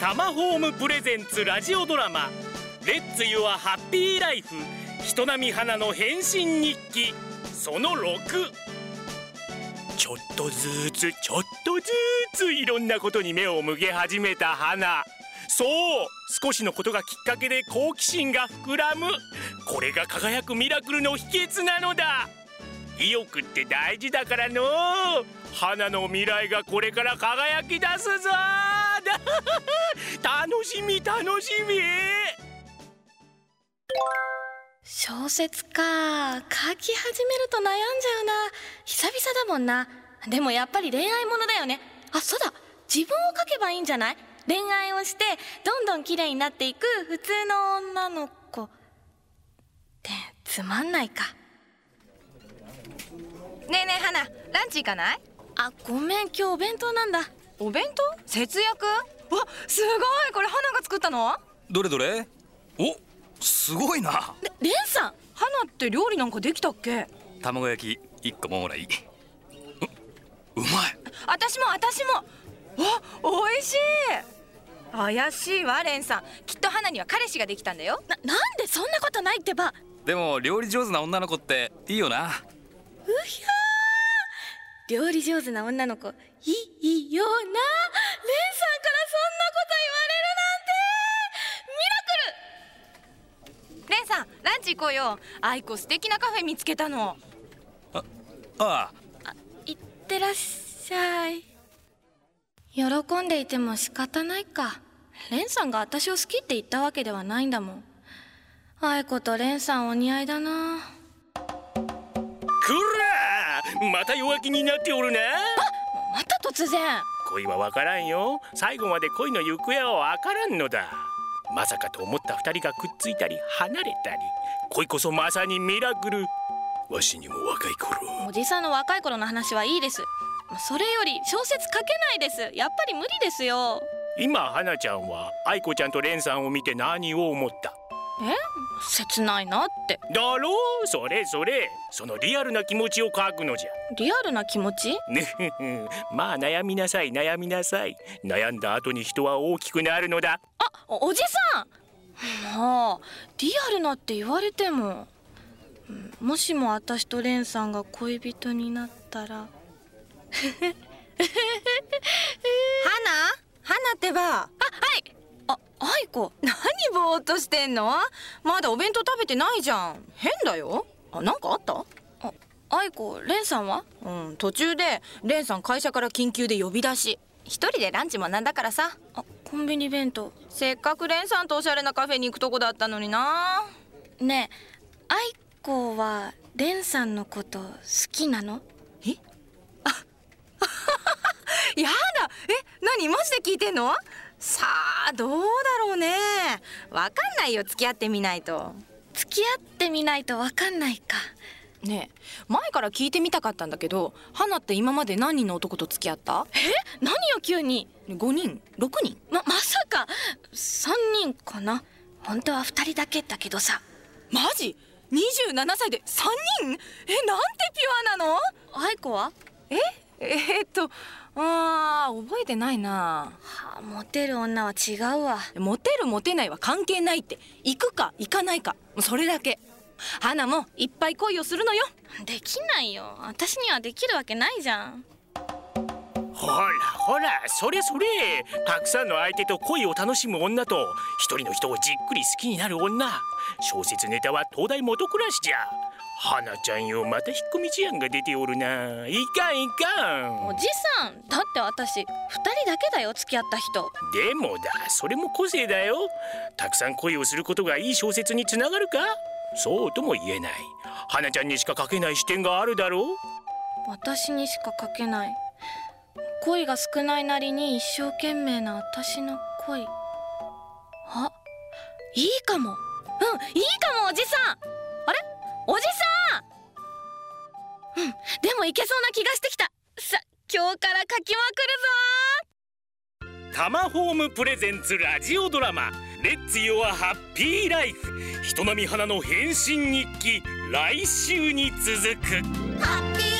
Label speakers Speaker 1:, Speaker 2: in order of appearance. Speaker 1: タマホームプレゼンツラジオドラマ「レッツ・ユア・ハッピー・ライフ」人並み花の変身日記その6ちょっとずつちょっとずついろんなことに目を向け始めた花そう少しのことがきっかけで好奇心が膨らむこれが輝くミラクルの秘訣なのだ意欲って大事だからの花の未来がこれから輝き出すぞ楽しみ楽しみ
Speaker 2: 小説か書き始めると悩んじゃうな久々だもんなでもやっぱり恋愛ものだよねあそうだ自分を書けばいいんじゃない恋愛をしてどんどん綺麗になっていく普通の女の子ってつまんないか
Speaker 3: ねえねえ花ランチ行かない
Speaker 2: あごめん今日お弁当なんだ
Speaker 3: お弁当節約わすごいこれ花が作ったの
Speaker 4: どれどれおすごいな
Speaker 2: れレンさん
Speaker 3: 花って料理なんかできたっけ
Speaker 4: 卵焼き1個もらいううまい
Speaker 3: 私も私もわ美味しい怪しいわレンさんきっと花には彼氏ができたんだよ
Speaker 2: ななんでそんなことないってば
Speaker 4: でも料理上手な女の子っていいよな
Speaker 2: 料理上手な女の子いいよなレンさんからそんなこと言われるなんて
Speaker 3: レンさんランチ行こうよあいこ素敵なカフェ見つけたの
Speaker 4: ああ
Speaker 2: いってらっしゃい喜んでいても仕方ないかレンさんが私を好きって言ったわけではないんだもん愛子とレンさんお似合いだな
Speaker 1: くらまた弱気になっておるな
Speaker 2: また突然
Speaker 1: 恋は分からんよ最後まで恋の行方は分からんのだまさかと思った二人がくっついたり離れたり恋こそまさにミラクルわしにも若い頃
Speaker 2: おじさんの若い頃の話はいいですそれより小説書けないですやっぱり無理ですよ
Speaker 1: 今花ちゃんは愛子ちゃんと蓮さんを見て何を思った
Speaker 2: 切ないなって
Speaker 1: だろうそれそれそのリアルな気持ちを書くのじゃ
Speaker 2: リアルな気持ち
Speaker 1: ねふふまあ悩みなさい悩みなさい悩んだ後に人は大きくなるのだ
Speaker 2: あおおじさんもうリアルなって言われてもうんもしも私とレンさんが恋人になったら
Speaker 3: 花花ってば
Speaker 2: あ愛子
Speaker 3: 何ぼーっとしてんのまだお弁当食べてないじゃん変だよあなんかあった
Speaker 2: 愛子レンさんは
Speaker 3: うん途中でレンさん会社から緊急で呼び出し一人でランチもなんだからさ
Speaker 2: あコンビニ弁当
Speaker 3: せっかくレンさんとおしゃれなカフェに行くとこだったのにな
Speaker 2: ねえ愛子はレンさんのこと好きなの
Speaker 3: やだえ何マジで聞いてんのさあどうだろうねわかんないよ付き合ってみないと
Speaker 2: 付き合ってみないとわかんないか
Speaker 3: ねえ前から聞いてみたかったんだけど花って今まで何人の男と付き合った
Speaker 2: 何よ急に
Speaker 3: 5人6人
Speaker 2: ままさか3人かな本当は2人だけだけどさ
Speaker 3: マジ27歳で3人えなんてピュアなの
Speaker 2: 愛子は
Speaker 3: えーっとあー覚えてないな
Speaker 2: はあモテる女は違うわ
Speaker 3: モテるモテないは関係ないって行くか行かないかもうそれだけ花もいっぱい恋をするのよ
Speaker 2: できないよ私にはできるわけないじゃん
Speaker 1: ほらほらそれそれたくさんの相手と恋を楽しむ女と一人の人をじっくり好きになる女小説ネタは東大元暮らしじゃ花ちゃんよまた引っ込み思案が出ておるないかんいか
Speaker 2: お
Speaker 1: ん
Speaker 2: じさんだって私2人だけだよ付き合った人
Speaker 1: でもだそれも個性だよたくさん恋をすることがいい小説につながるかそうとも言えない花ちゃんにしか書けない視点があるだろう
Speaker 2: 私にしか書けない恋が少ないなりに一生懸命な私の恋あいいかもうんいいかもおじさんあれおじさんうんでもいけそうな気がしてきたさ今日から書きまくるぞ
Speaker 1: タマホームプレゼンツラジオドラマ「レッツ・ヨア・ハッピー・ライフ」人並み花の変身日記来週に続く
Speaker 2: ハッピー